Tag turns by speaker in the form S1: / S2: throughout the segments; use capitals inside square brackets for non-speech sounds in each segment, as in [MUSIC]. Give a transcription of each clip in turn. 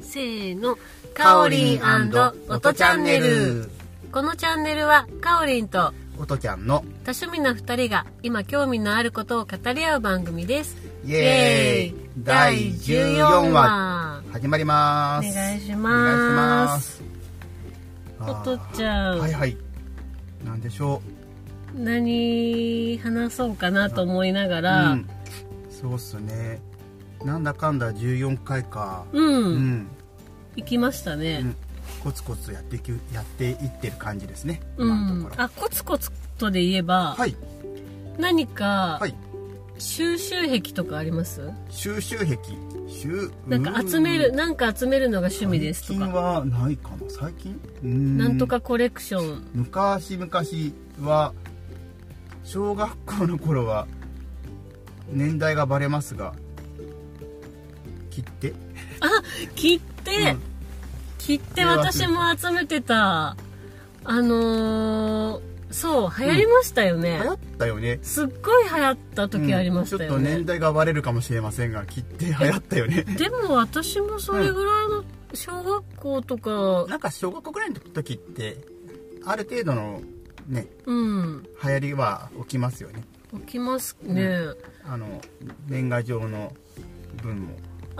S1: せーの
S2: か
S1: か
S2: お
S1: お
S2: り
S1: り
S2: ん
S1: ん
S2: 音
S1: 音
S2: チ
S1: チ
S2: ャ
S1: ャ
S2: ン
S1: ン
S2: ネ
S1: ネ
S2: ル
S1: ルこのチャンネルはかおりんと
S2: おとちゃんの
S1: 多趣味な2人が今興味のあることを語り合う番組です
S2: イエーイ第14話始まりま
S1: お
S2: す
S1: 願いし
S2: お願いし
S1: ま
S2: ますすあ
S1: おと
S2: ー
S1: ちゃん、
S2: はいはいなんでしょ
S1: 何話そうかなと思いなが
S2: うう
S1: ら
S2: んそうっすねなんだかんだ14回か
S1: うん、
S2: うん、
S1: 行きましたね、
S2: うんコツコツやっていきやっていってる感じですね
S1: う
S2: 今の
S1: ん
S2: とこ、ろ
S1: あコツコツとで言えば、
S2: はい
S1: 何か
S2: はい
S1: 収集癖とかあります、
S2: 収集癖収
S1: なんか集めるなんか集めるのが趣味ですと
S2: 最近
S1: か
S2: はないかな最近うー
S1: なんとかコレクション
S2: 昔昔は小学校の頃は年代がバレますが切手
S1: 切って、
S2: うん
S1: 切って私も集めてたあのー、そう流行りましたよね
S2: 流、行ったよね
S1: すっごい流行った時ありました
S2: うんちょ
S1: よ
S2: っと
S1: ね、
S2: 年代がバレるかもしれませんが切手流行った
S1: [LAUGHS]
S2: よね
S1: でも私もそれぐらいの小学校とか
S2: なんか小学校ぐらいの時ってある程度のね
S1: うん
S2: 流行りは起きますよね
S1: 起きますね、
S2: あの年賀状の分も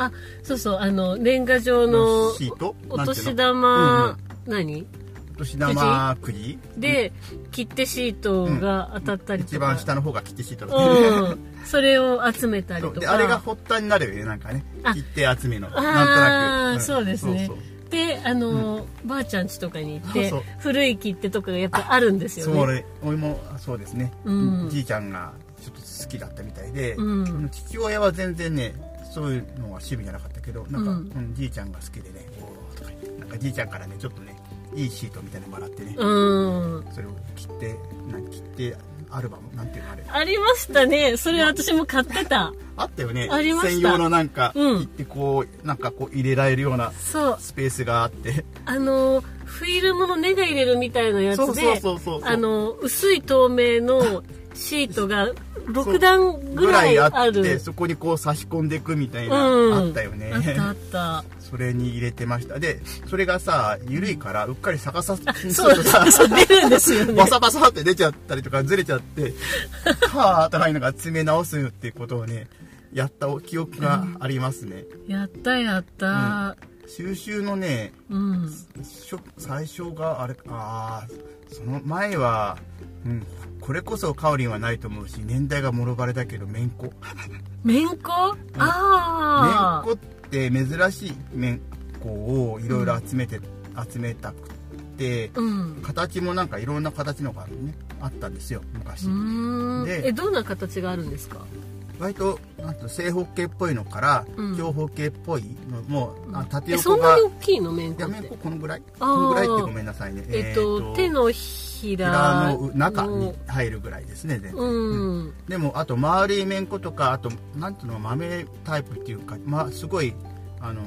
S1: あそうそうあの年賀状の
S2: シート
S1: お
S2: なんてい
S1: 年
S2: うの
S1: 玉、
S2: うん
S1: 何
S2: お年玉くじ
S1: で切手シートが当たったり
S2: 一
S1: とか、うん、
S2: 番下の方が切手シートだ
S1: それを集めたり
S2: そ
S1: と
S2: う
S1: か
S2: であれが発端になるよねなんかね
S1: あ
S2: 切手集めの
S1: あー
S2: なんとなく、ん
S1: そうですね
S2: そう
S1: であの、ばあちゃん家とかに行って
S2: そうそう
S1: 古い切手とかがやっぱあるんですよ
S2: そうそ
S1: ね
S2: れ俺もそうですね、
S1: うん
S2: じいちゃんがちょっと好きだったみたいで、
S1: うん
S2: 父親は全然ねそういうのは趣味じゃなかったけどなんか、う
S1: うん
S2: んじいちゃんが好きでねおーとか言ってなんかじいちゃんからねちょっとねいいシートみたいなのもらってね、
S1: うん
S2: それを切ってなん切ってアルバムなんていうのあれ
S1: ありましたねそれ私も買ってた
S2: あったよね
S1: ありました
S2: 専用のなんか、
S1: うん
S2: 切ってこうなんかこう入れられるような
S1: そう
S2: スペースが
S1: [LAUGHS]
S2: あって
S1: あのフィルムの根が入れるみたいなやつで
S2: そうそうそうそう
S1: あの薄い透明のシートが6段ぐ
S2: ぐ
S1: ら
S2: ら
S1: い
S2: いあ
S1: あ
S2: って
S1: る
S2: そこにこう差し込んでいくみたいな、
S1: うん
S2: あったよね
S1: あったあった
S2: [LAUGHS] それに入れてましたでそれがさ緩いからうっかり逆さす
S1: そう
S2: るとさ
S1: そう出るんですよね
S2: バサバサって出ちゃったりとかずれちゃってはあとかいうのが詰め直すっていうことをねやった記憶がありますね、
S1: やったやった
S2: 収集のね
S1: うん、
S2: 初最初があれあーその前は、うん、これこそカオリンはないと思うし年代がもろバレだけどめんこ
S1: めんこあ
S2: めん
S1: あ
S2: こって珍しいめんこをいろいろ集めて、集めたくて
S1: うん
S2: 形もなんかいろんな形のがねあったんですよ昔、
S1: うーん
S2: で
S1: えどんな形があるんですか
S2: 割となんと正方形っぽいのから、
S1: うん
S2: 長方形っぽいのも、あ縦
S1: え
S2: 横
S1: そんな
S2: が
S1: に大きいのめんこ
S2: や
S1: っ
S2: めん
S1: て
S2: ここのぐらい
S1: あ
S2: こ
S1: ー
S2: のぐらいってごめんなさいね
S1: えっと手のひ
S2: ひ
S1: ら
S2: らの中に入るぐらいですね全部
S1: うん
S2: でもあと丸いめんことかあとなんていうの豆タイプっていうか、まあ、すごいあの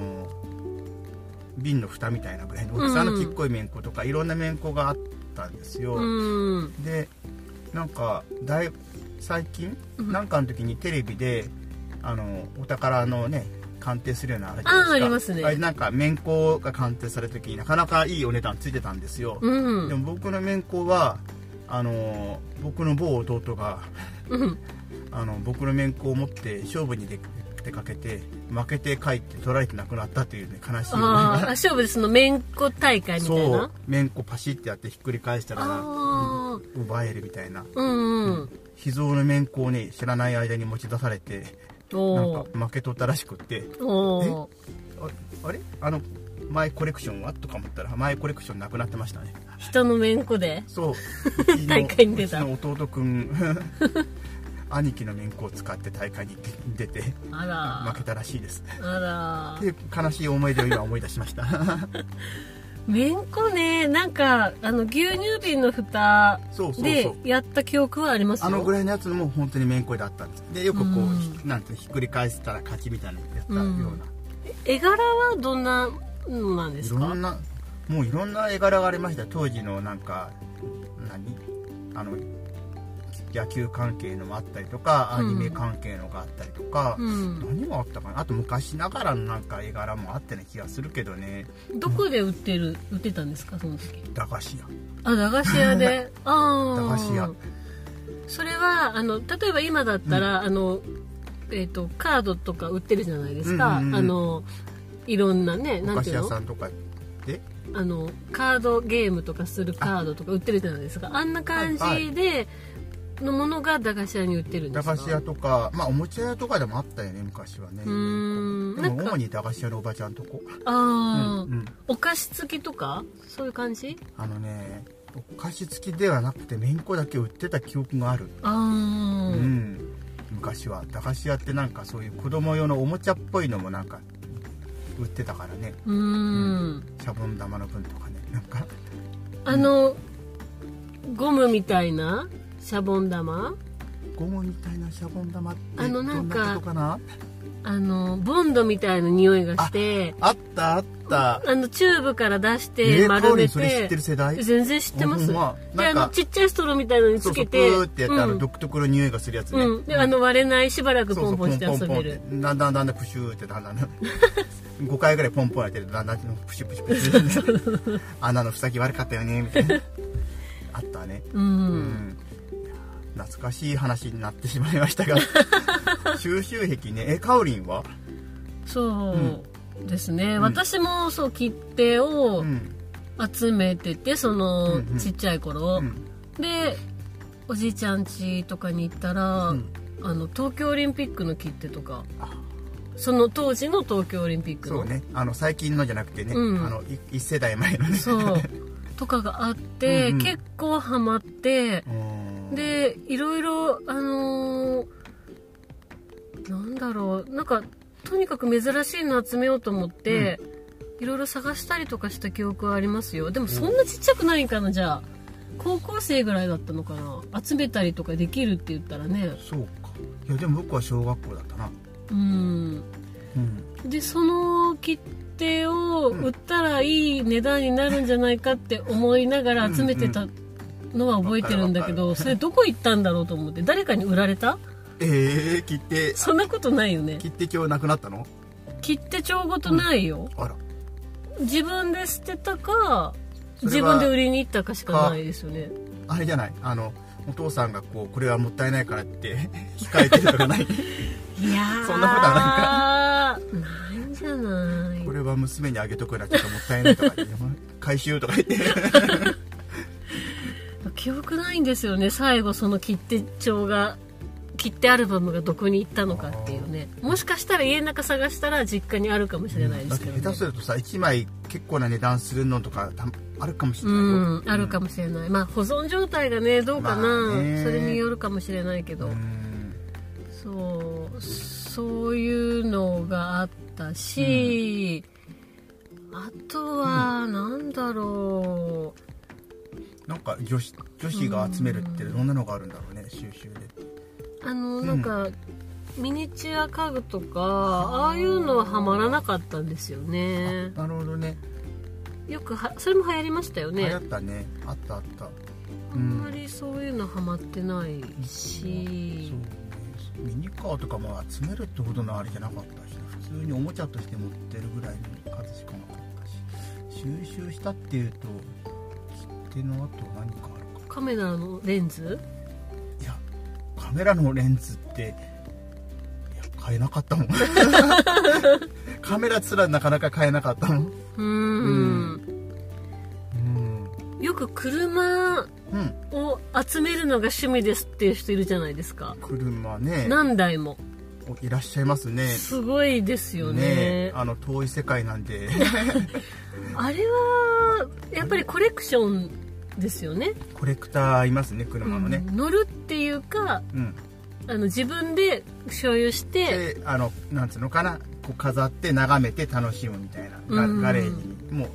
S2: 瓶の蓋みたいなぐらいの大きさのちっこいめんことか、いろんなめんこがあったんですよ、
S1: うん
S2: でなんかだい最近
S1: うん
S2: なんかの時にテレビであのお宝のね鑑定するようなあれじゃ
S1: あーあ
S2: な
S1: り
S2: いで
S1: ますす
S2: か
S1: ね
S2: れなんかめんこが鑑定された時になかなかいいお値段ついてたんですよ、
S1: うん
S2: でも僕のめんこはあの僕の某弟が
S1: うん
S2: あの僕の面子を持って勝負に出かけて負けて帰って取られてなくなったというね悲しい思い
S1: あーあ
S2: が
S1: 勝負でそのめんこ大会みたい
S2: そう
S1: な
S2: 面子パシってやってひっくり返したら
S1: あー
S2: うん奪えるみたいな
S1: うんうん
S2: 秘蔵の面子をね知らない間に持ち出されてなん
S1: お
S2: か負け取ったらしくって
S1: ーおー
S2: ああれあの前コレクションはとか思ったら前コレクションなくなってましたね
S1: 人のめんこで [LAUGHS]
S2: そううちの
S1: 大会に出た
S2: うちの弟くん [LAUGHS] 兄貴の面子を使って大会に出て
S1: あ
S2: 負け
S1: ら
S2: たらしいです
S1: あ
S2: って
S1: ら
S2: いう悲しい思い出を今思い出しました
S1: [LAUGHS] めんこねなんかあの牛乳瓶の蓋
S2: そうそうそ
S1: で
S2: う
S1: やった記憶はありますよ
S2: あのぐ
S1: らい
S2: らいのやつも本当にめんこいだったんですでよくこう、
S1: うん
S2: ひなんていうのひっくり返したら勝ちみたいなのやったよう
S1: うん
S2: な、
S1: 絵柄はどんなのなんで
S2: い
S1: す
S2: ろ
S1: か
S2: んなもういろんな絵柄がありました当時のなんか何あの野球関係のもあったりとかアニメ関係のがあったりとか、
S1: うん、
S2: 何もあったかなあと昔ながらのなんか絵柄もあったような気がするけどね
S1: どこで売ってる売ってたんですかその時
S2: 駄菓子屋
S1: あ駄菓子屋で
S2: [LAUGHS]
S1: ああ
S2: 駄菓子屋
S1: それはあの例えば今だったら、あのえっ、とカードとか売ってるじゃないですか、
S2: うんうんうん
S1: あのいろんなね
S2: お
S1: なん
S2: 菓
S1: て
S2: 子
S1: いう
S2: 屋
S1: の
S2: さんとかで
S1: あのカードゲームとかするカードとか売ってるじゃないですかあんな感じでのものが駄菓子屋に売ってるんで
S2: 駄
S1: すか
S2: 菓子屋とかまあおもちゃ屋とかでもあったよね昔はね
S1: うーん
S2: で
S1: なん
S2: も
S1: か
S2: 主に駄菓子屋のおばちゃんとこ
S1: ああ、
S2: うんうん
S1: お菓子付きとかそういう感じ
S2: あのねお菓子付きではなくてめんこだけ売ってた記憶がある
S1: ああ、
S2: うん、昔は駄菓子屋ってなんかそういう子供用のおもちゃっぽいのもなんか売ってたからね
S1: うーん
S2: シャボン玉の分とかねなんか
S1: あのゴムみたいなシャボン玉
S2: ゴムみたいなシャボン玉って
S1: あの
S2: ど
S1: なん
S2: ん
S1: か
S2: なことかな
S1: あのボンドみたいな匂いがして
S2: あったあった
S1: あのチューブから出し
S2: え
S1: て
S2: ー、
S1: 丸
S2: カオリ
S1: め
S2: ンそれ知って
S1: て
S2: る世代
S1: 全然知ってま
S2: ほ
S1: す
S2: んま
S1: で
S2: な
S1: あ
S2: ん
S1: の
S2: か
S1: ちっちゃいストローみたいのに
S2: そ
S1: つ
S2: うそ
S1: け
S2: うプ
S1: て
S2: ーってやって、あ
S1: う
S2: の
S1: ん
S2: 独特の匂いがするやつね、
S1: うん、であの割れないしばらく
S2: そう
S1: ポ
S2: そう
S1: ンポンして遊べ
S2: ポン
S1: る
S2: ポンポンってだんだんだんだんプシューってだんだんね5回ぐらいポンポンやってるとだんだんプシュプシュプシュって、穴の塞ぎ悪かったよねみたいなあったね
S1: う
S2: うんん懐かしい話になってしまいましたが収集癖ねえカオリンは
S1: そうですね、
S2: うん
S1: 私もそう切手を
S2: うん
S1: 集めててそ
S2: うん
S1: の
S2: うん
S1: ちっちゃい頃、
S2: うん
S1: でおじいちゃん家とかに行ったら、
S2: うん
S1: あの東京オリンピックの切手とか
S2: あ
S1: その当時の東京オリンピックの
S2: そうねあの最近のじゃなくてね、
S1: うん
S2: あのい一世代前のね
S1: そうとかがあって、
S2: うんうん
S1: 結構ハマって
S2: [LAUGHS] うん
S1: でいろいろあのーなんだろうなんかとにかく珍しいの集めようと思って、いろいろ探したりとかした記憶はありますよでもそんなちっちゃくないんかなじゃあ高校生ぐらいだったのかな集めたりとかできるって言ったらね
S2: そうかいやでも僕は小学校だったな
S1: うん
S2: うん
S1: でその切手を売ったらいい値段になるんじゃないかって思いながら集めてたのは覚えてるんだけ
S2: うん
S1: どそれどこ行ったんだろうと思って誰かに売られた
S2: ええ切手
S1: そんなことないよね
S2: 切手今日なくなったの
S1: 切手帳ごとないよ
S2: あら
S1: 自分で捨てたか
S2: そ
S1: 自
S2: れは
S1: 分で売りに行ったかしかないですよね
S2: あれじゃないあのお父さんがこうこれはもったいないからって [LAUGHS] 控えてると
S1: [LAUGHS]
S2: かない
S1: いやー
S2: そんなこと
S1: はなんかないんじゃない
S2: これは娘にあげとくなちょっともったいないとか言って
S1: [LAUGHS]
S2: 回収とか言って
S1: 記憶ないんですよね最後その切手帳が切手アルバムがどこに行ったのかっていうねもしかしたら家の中探したら実家にあるかもしれないで
S2: だっ
S1: す
S2: て
S1: けど、
S2: 下手
S1: ね
S2: するとさ1枚結構な値段するのとかたあるかもしれ
S1: う
S2: ないよ、
S1: ん、あるかもしれないまあ保存状態がねどうかな、
S2: まあね
S1: それによるかもしれないけど、
S2: うん
S1: そうそういうのがあったし、あとはなんだろう、
S2: なんか女子女子が集めるってどんなのがあるんだろうね収集で
S1: あのなんか、ミニチュア家具とかああいうのはハマらなかったんですよね
S2: なるほどね
S1: よくはそれも流行りましたよ
S2: 流
S1: ね
S2: 行ったねあったあった
S1: あんまりそういうのハマってないし
S2: そうねミニカーとかも集めるってほどのあれじゃなかったし普通におもちゃとして持ってるぐらいの数しかなかったし収集したっていうと切手の後何かあるか
S1: カメラのレンズ
S2: いやカメラのレンズっていや買えなかった [LAUGHS] もんカメラすらなかなか買えなかったもん
S1: うーん
S2: うん
S1: よく車
S2: うん
S1: を集めるのが趣味ですっていう人いるじゃないですか
S2: 車ね
S1: 何台も
S2: おいらっしゃいますね
S1: すごいですよね
S2: ねあの遠い世界なんで
S1: あれはやっぱりコレクションですよね
S2: コレクターいますね車のね
S1: うん乗るっていうか
S2: うん
S1: あの自分で所有して
S2: であのなんつうのかなこう飾って眺めて楽しむみたいなガ,、
S1: うん
S2: ガレージにもう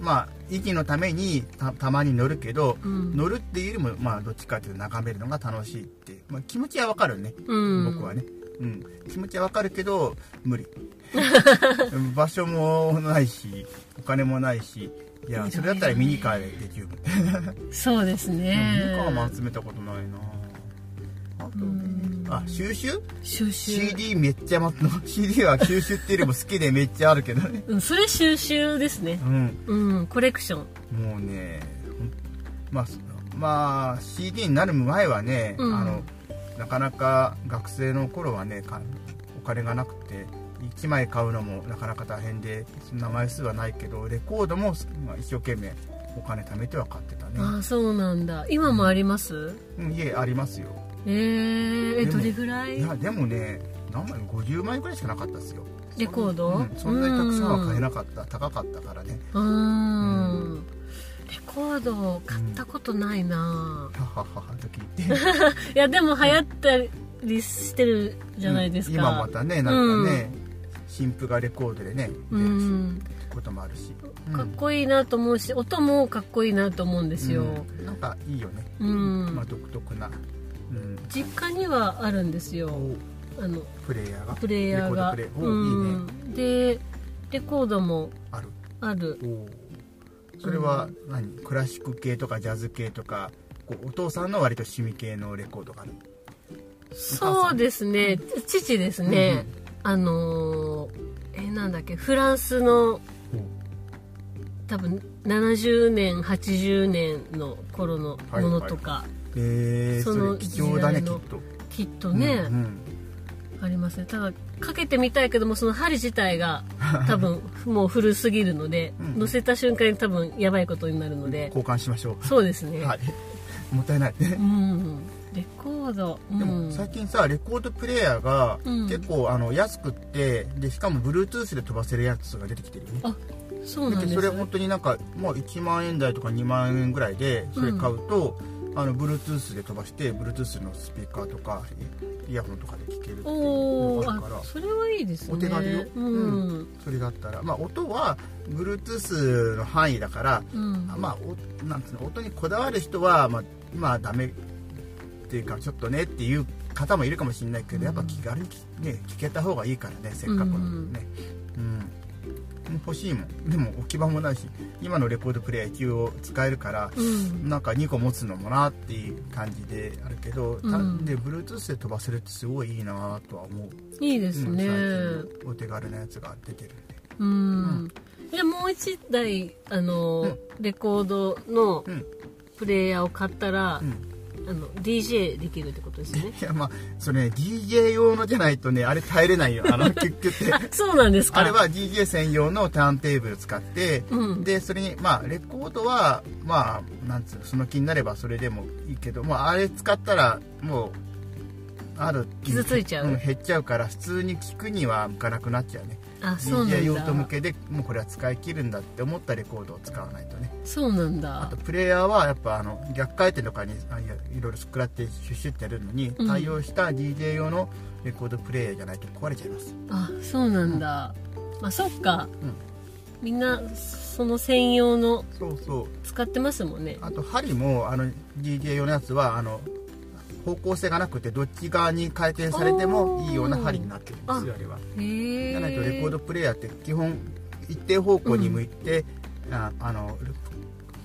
S2: まあ息のためにたたまに乗るけど、
S1: うん
S2: 乗るっていうよりもまあどっちかっていうと眺めるのが楽しいっていう、まあ、気持ちはわかるね、
S1: うん
S2: 僕はね、うん、気持ちはわかるけど
S1: [LAUGHS]
S2: 無理場所もないしお金もないしいやそれだったらミニカーでできる、
S1: そうです
S2: でもミニ
S1: ね
S2: カーも集めたことないなど
S1: うん
S2: あ収集
S1: 収集
S2: CD めっちゃ待って [LAUGHS] の CD は収集っていうよりも好きでめっちゃあるけどね
S1: うんそれ収集ですね
S2: うん
S1: うんコレクション
S2: もうねほんまあそまあ CD になる前はね、
S1: うん
S2: あのなかなか学生の頃はねかお金がなくて1枚買うのもなかなか大変でそんな枚数はないけどレコードも、まあ一生懸命お金貯めては買ってたね、
S1: ああそうなんだ今もあります
S2: うん、家ありますよ
S1: えー、え
S2: でも
S1: どれぐらい
S2: いやでもね何枚50枚ぐらいしかなかったですよ
S1: レコード
S2: うん、そんなにたくさんは買えなかった高かったからね
S1: うーん、
S2: う
S1: レコード買ったことないな、
S2: ははははと聞いて
S1: いやでも流行ったりしてるじゃないですか、
S2: 今またねなんかね、新婦がレコードでね、
S1: うん、
S2: こともあるし、
S1: かっこいいなと思うし音もかっこいいなと思うんですよ、
S2: うんなんかいいよね、
S1: うん
S2: まあ、独特な、うん、
S1: 実家にはあるんですよあの
S2: プレイヤーが
S1: プレイヤーが
S2: レコードプレイお
S1: う
S2: ーいいね
S1: んでレコードも
S2: ある
S1: ある
S2: おーそれは何、クラシック系とかジャズ系とかこうお父さんの割と趣味系のレコードがある
S1: そうですね父ですね、あのーえなんだっけフランスの多分70年80年の頃のものとか、
S2: えー、
S1: そ
S2: そ
S1: の
S2: れ貴重だね
S1: 時代
S2: きっ
S1: の
S2: と
S1: きっとね、
S2: うんうん
S1: ありますねただかけてみたいけどもその針自体
S2: [LAUGHS]
S1: が多分もう古すぎるので、
S2: うん
S1: 乗せた瞬間に多分やばいことになるので、
S2: 交換しましょ
S1: そうですね、
S2: うはいもったいないね
S1: うんレコードう
S2: でも
S1: ん
S2: 最近さレコードプレイヤーが
S1: うん
S2: 結構あの安くってでしかも Bluetooth で飛ばせるやつが出てきてるよね
S1: あそうなん
S2: だっ
S1: で
S2: て
S1: す
S2: それ本当になんか、まあ、1万円台とか2万円ぐらいでそれ買うと、あの Bluetooth で飛ばして Bluetooth のスピーカーとかイヤホンとかで聴けるっていう
S1: お
S2: の
S1: ー
S2: があるから
S1: あそれはいいですね
S2: お手軽よ
S1: うん、うん
S2: それだったら、まあ、音は Bluetooth の範囲だから、まあ、おなんつうの音にこだわる人は、まあ、まあダメっていうかちょっとねっていう方もいるかもしれないけど、やっぱ気軽にき、ね、聞けた方がいいからねせっかくのね、うんもう欲しいもんでも置き場もないし今のレコードプレイヤー一応使えるから、
S1: うん
S2: なんか2個持つのもなっていう感じであるけど、た
S1: うん
S2: で Bluetooth で飛ばせるってすごいいいなとは思う、
S1: いいです
S2: うん
S1: ね
S2: 最近お手軽なやつが出てるんで
S1: うん、じゃあもう一台あの、
S2: うん
S1: レコードの
S2: うん
S1: プレイヤーを買ったら、
S2: うん
S1: あの DJ できるってことですね
S2: [LAUGHS] いやまあそれね DJ 用のじゃないとねあれ耐えれないよ
S1: [LAUGHS]
S2: あのキュッキュって
S1: あそうなんですか
S2: あれは DJ 専用のターンテーブル使って、
S1: うん
S2: でそれにまあレコードはまあなんつうのその気になればそれでもいいけど、まあ、あれ使ったらもうある
S1: 傷ついちゃうん
S2: 減っちゃうから普通に聞くには向かなくなっちゃうね
S1: あそうなんだ
S2: DJ 用途向けでもうこれは使い切るんだって思ったレコードを使わないとね
S1: そうなん
S2: あ
S1: だ
S2: とプレイヤーはやっぱあの逆回転とかにあいやいろいろ食らってシュッシュってやるのに
S1: うん
S2: 対応した DJ 用のレコードプレイヤーじゃないと壊れちゃいます、
S1: あそうなんだ、まあそっか、
S2: うん
S1: みんなその専用の
S2: そうそう
S1: 使ってますもんね
S2: あと針もあの DJ 用のやつはあの方向性がなくてどっち側に回転されてもいいような針になってるんですよあれは
S1: へえ
S2: じゃないとレコードプレイヤーって基本一定方向に向いて、ああの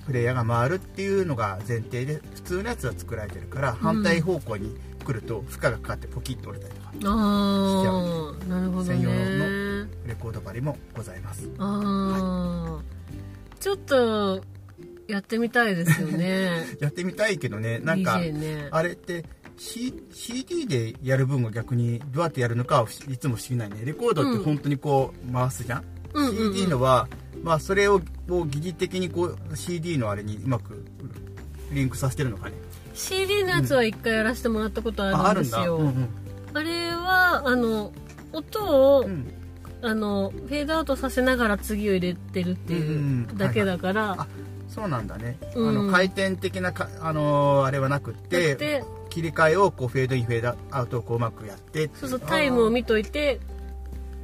S2: プレイヤーが回るっていうのが前提で普通のやつは作られてるから反対方向に来ると負荷がかかってポキッと折れたりとか
S1: ああなるほどね
S2: 専用のレコード針もございます
S1: ああ、ちょっとやってみたいですよね [LAUGHS]
S2: やってみたいけどねなんか
S1: DJ ね
S2: あれって、C、CD でやる分が逆にどうやってやるのかは不思いつも不思議ないねレコードっ
S1: うん
S2: て本当にこう回すじゃん、
S1: うんうんうん
S2: CD のは、まあ、それをこう疑似的にこう CD のあれにうまくリンクさせてるのかね
S1: CD のやつは一回やらせてもらったことあるんですよあ,、
S2: うんうん
S1: れはあの音を、
S2: うん
S1: あのフェードアウトさせながら次を入れてるって
S2: うん
S1: いう
S2: うん
S1: だけだから、
S2: あそうなんだね、
S1: うん
S2: あの回転的なか、あのーあれはなくっ
S1: だってて
S2: 切り替えをこうフェードインフェードアウトをこううまくやって
S1: そうそうタイムを見といて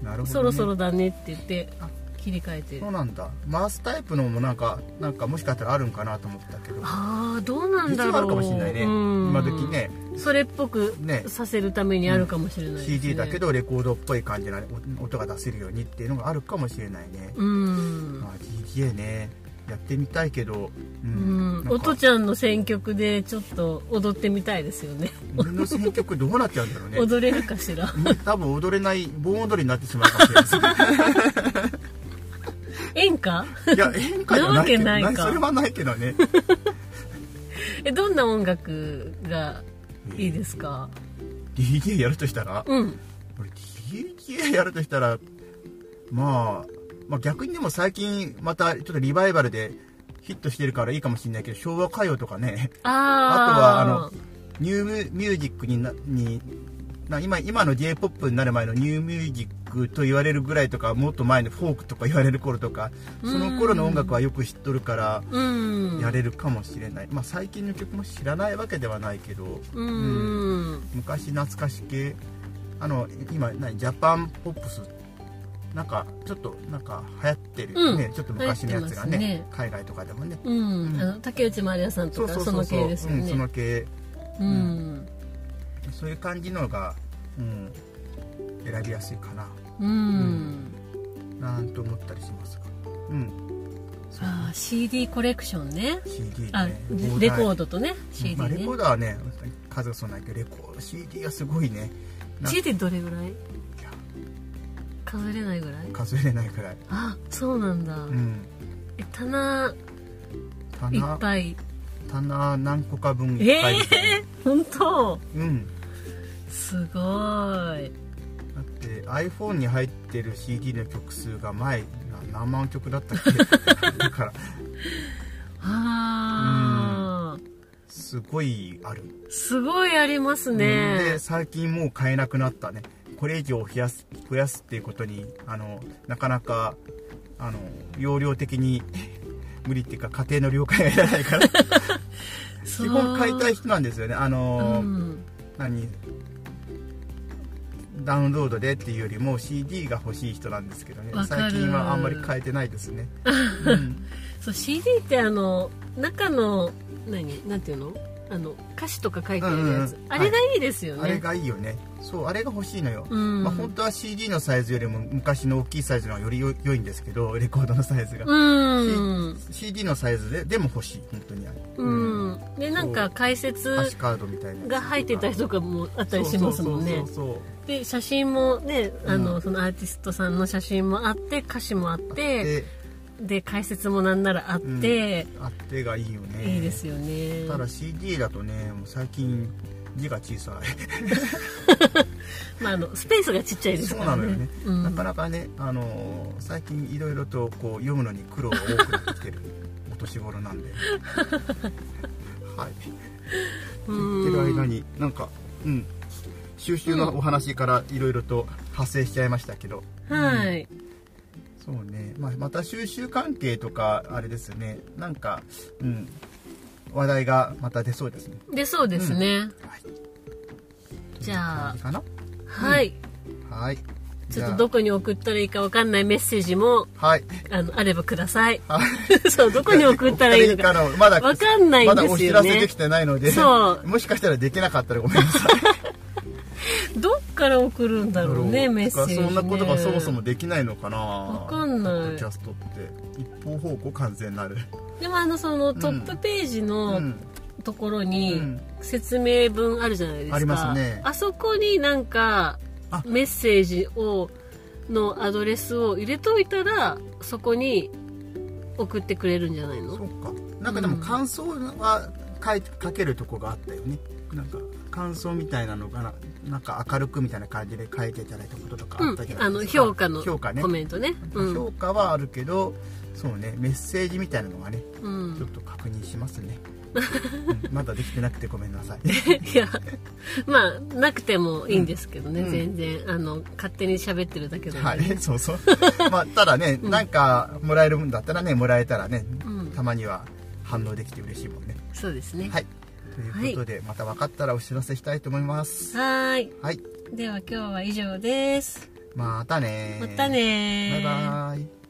S2: なるほどね
S1: そろそろだねって言って
S2: あ
S1: 切り替えてる
S2: そうなんだ回すタイプのもなんかなんかもしかしたらあるんかなと思ったけど
S1: ああどうなん
S2: 実
S1: だろう
S2: はあるかもしれないね
S1: うん
S2: 今時ね
S1: それっぽく
S2: ね
S1: させるためにあるかもしれないですね、
S2: CD だけどレコードっぽい感じの音が出せるようにっていうのがあるかもしれないね、
S1: うん
S2: まあ DJ ねやってみたいけど、う
S1: うん
S2: なん
S1: お
S2: か
S1: とちゃんの選曲でちょっと踊ってみたいですよね
S2: 俺の選曲どうなっちゃうんだろうね
S1: 踊れるかし
S2: [LAUGHS]
S1: ら
S2: 多分踊れない盆踊りになってしまうかもしれないです
S1: [LAUGHS] 演歌 [LAUGHS]
S2: いや演歌じゃないけど
S1: なわけないか
S2: それはないけどね
S1: えどんな音楽がいいですか
S2: DJ やるとしたら
S1: うん
S2: 俺 DJ やるとしたら、まあ、まあ逆にでも最近またちょっとリバイバルでヒットしてるからいいかもしれないけど昭和歌謡とかね
S1: あ
S2: あとはあの
S1: あ
S2: ニューミュージックになにな今今の j p o p になる前のニューミュージックと言われるぐらいとかもっと前のフォークとか言われる頃とかその頃の音楽はよく知っとるから
S1: うん
S2: やれるかもしれない、まあ、最近の曲も知らないわけではないけど
S1: うん
S2: 昔懐かし系あの今何ジャパンポップスなんかちょっとなんか流行ってるよね、
S1: うん
S2: ちょっと昔のやつがね
S1: 流行って
S2: 海外とかでもね
S1: うん、
S2: うん
S1: あの竹内まりやさんとかその系ですよ
S2: うん、
S1: ね
S2: その系
S1: うん
S2: そういう感じのが、うん、選びやすいかな
S1: うん
S2: なんと思ったりしますがうん
S1: あー CD コレクションね
S2: CD ね
S1: あ
S2: 膨大
S1: レコードとね CD
S2: まあ、レ
S1: ね
S2: コードはね数がそんなにないけどレコード CD がすごいねな
S1: CD どれぐらい
S2: いや
S1: 数えれないぐらい
S2: 数えれないくらい
S1: あそうなんだ、
S2: うん
S1: え棚いっ
S2: 棚
S1: ぱい
S2: 棚何個か分い
S1: え
S2: っぱいみたいな
S1: えー、本当
S2: うん
S1: すごーい
S2: だって iPhone に入ってる CD の曲数が前な何万曲だったっけだから
S1: あー
S2: すごいある、
S1: すごいありますね
S2: で最近もう買えなくなったねこれ以上増やす増やすっていうことにあのなかなかあの容量的に無理っていうか家庭の了解がいらないから
S1: [LAUGHS] そ
S2: 基
S1: う
S2: 本買いたい人なんですよねあの、
S1: うん
S2: 何ダウンロードでっていうよりも CD が欲しい人なんですけどね
S1: わかる
S2: 最近はあんまり買えてない
S1: [LAUGHS]
S2: ですね、うん
S1: そう CD ってあの中の何なんていうのあの歌詞とか書いてあるやつ、
S2: うんうんうん
S1: あれがいいですよね、
S2: あれがいいよねそうあれが欲しいのよ、
S1: うん、
S2: まあ、本当は CD のサイズよりも昔の大きいサイズの方がよりよ良いんですけどレコードのサイズが、
S1: うん、
S2: CD のサイズででも欲しい本当にあれ
S1: うん、でなんか解
S2: 歌
S1: 説
S2: 詞カードみたいなやつ
S1: が入ってたりとかもあったりしますもんね
S2: そうそうそうそう
S1: で写真もねあの、
S2: うん
S1: そのアーティストさんの写真もあって歌詞もあって
S2: で
S1: で解説もなんならあって、
S2: あってがいいよね
S1: いいですよね
S2: ただ CD だとねもう最近字が小さ
S1: まあ、あのスペースがちっちゃい
S2: い
S1: です
S2: そう
S1: か
S2: な
S1: ら
S2: のよ
S1: ね
S2: ね、
S1: うん
S2: なかなかね、あのー最近いろいろとこう読むのに苦労が多くなってき
S1: [LAUGHS]
S2: てるお年頃なんではい言ってる間になんかうん収集のお話からいろいろと発生しちゃいましたけど、
S1: うんはい、
S2: そうね、まあ、また収集関係とかあれですねなんかうん話題がまた出そうですね
S1: でそうですね、
S2: はい
S1: じゃあ
S2: いいかな
S1: はい
S2: はい
S1: ち
S2: じ
S1: ょ
S2: ゃ
S1: っ
S2: あ
S1: とどこに送ったらいいかわかんないメッセージも
S2: はい
S1: あのあればください
S2: はい
S1: そうどこに送ったらいいのか
S2: 送ったらいいまだ
S1: わかんないんですよね
S2: まだお知らせできてないので
S1: そう
S2: もしかしたらできなかったらごめんなさい
S1: どっから送るんだろうねメッセージ、ね、
S2: そんなことがそもそもできないのかなわ
S1: かんない
S2: キャストって一方方向完全なる
S1: でもあのそのトップページ
S2: う
S1: の
S2: ん
S1: ところ
S2: う
S1: に
S2: ん
S1: 説明文あるじゃないですか
S2: ありますね
S1: あそこになんか
S2: あ
S1: メッセージをのアドレスを入れといたらそこに送ってくれるんじゃない
S2: そ
S1: の
S2: うかなんかでも感想は書い書けるとこがあったよねなんか感想みたいなのがななんか明るくみたいな感じで書いていただいたこととか
S1: う
S2: あっ
S1: ん
S2: たじゃ、な
S1: あ
S2: いで
S1: の
S2: すか、
S1: 評価の
S2: 評価ね
S1: コメントねうん
S2: 評価はあるけどそうねメッセージみたいなのがね
S1: う
S2: ちょっ
S1: ん、
S2: と確認します [LAUGHS] ね、うんまだできてなくてごめんなさい
S1: いやまあなくてもいいんですけどね、
S2: うん
S1: 全然あの勝手に喋ってるだけな
S2: [LAUGHS] は
S1: ので、
S2: い [LAUGHS] そうそうまあただね、なんかもらえるんだったらねもらえたらね、
S1: うん
S2: たまには反応できて嬉しいもんね
S1: そうですね
S2: はいということで、また分かったらお知らせしたいと思います
S1: はーい
S2: はい
S1: では今日は以上です
S2: またね
S1: またねー
S2: バイバイ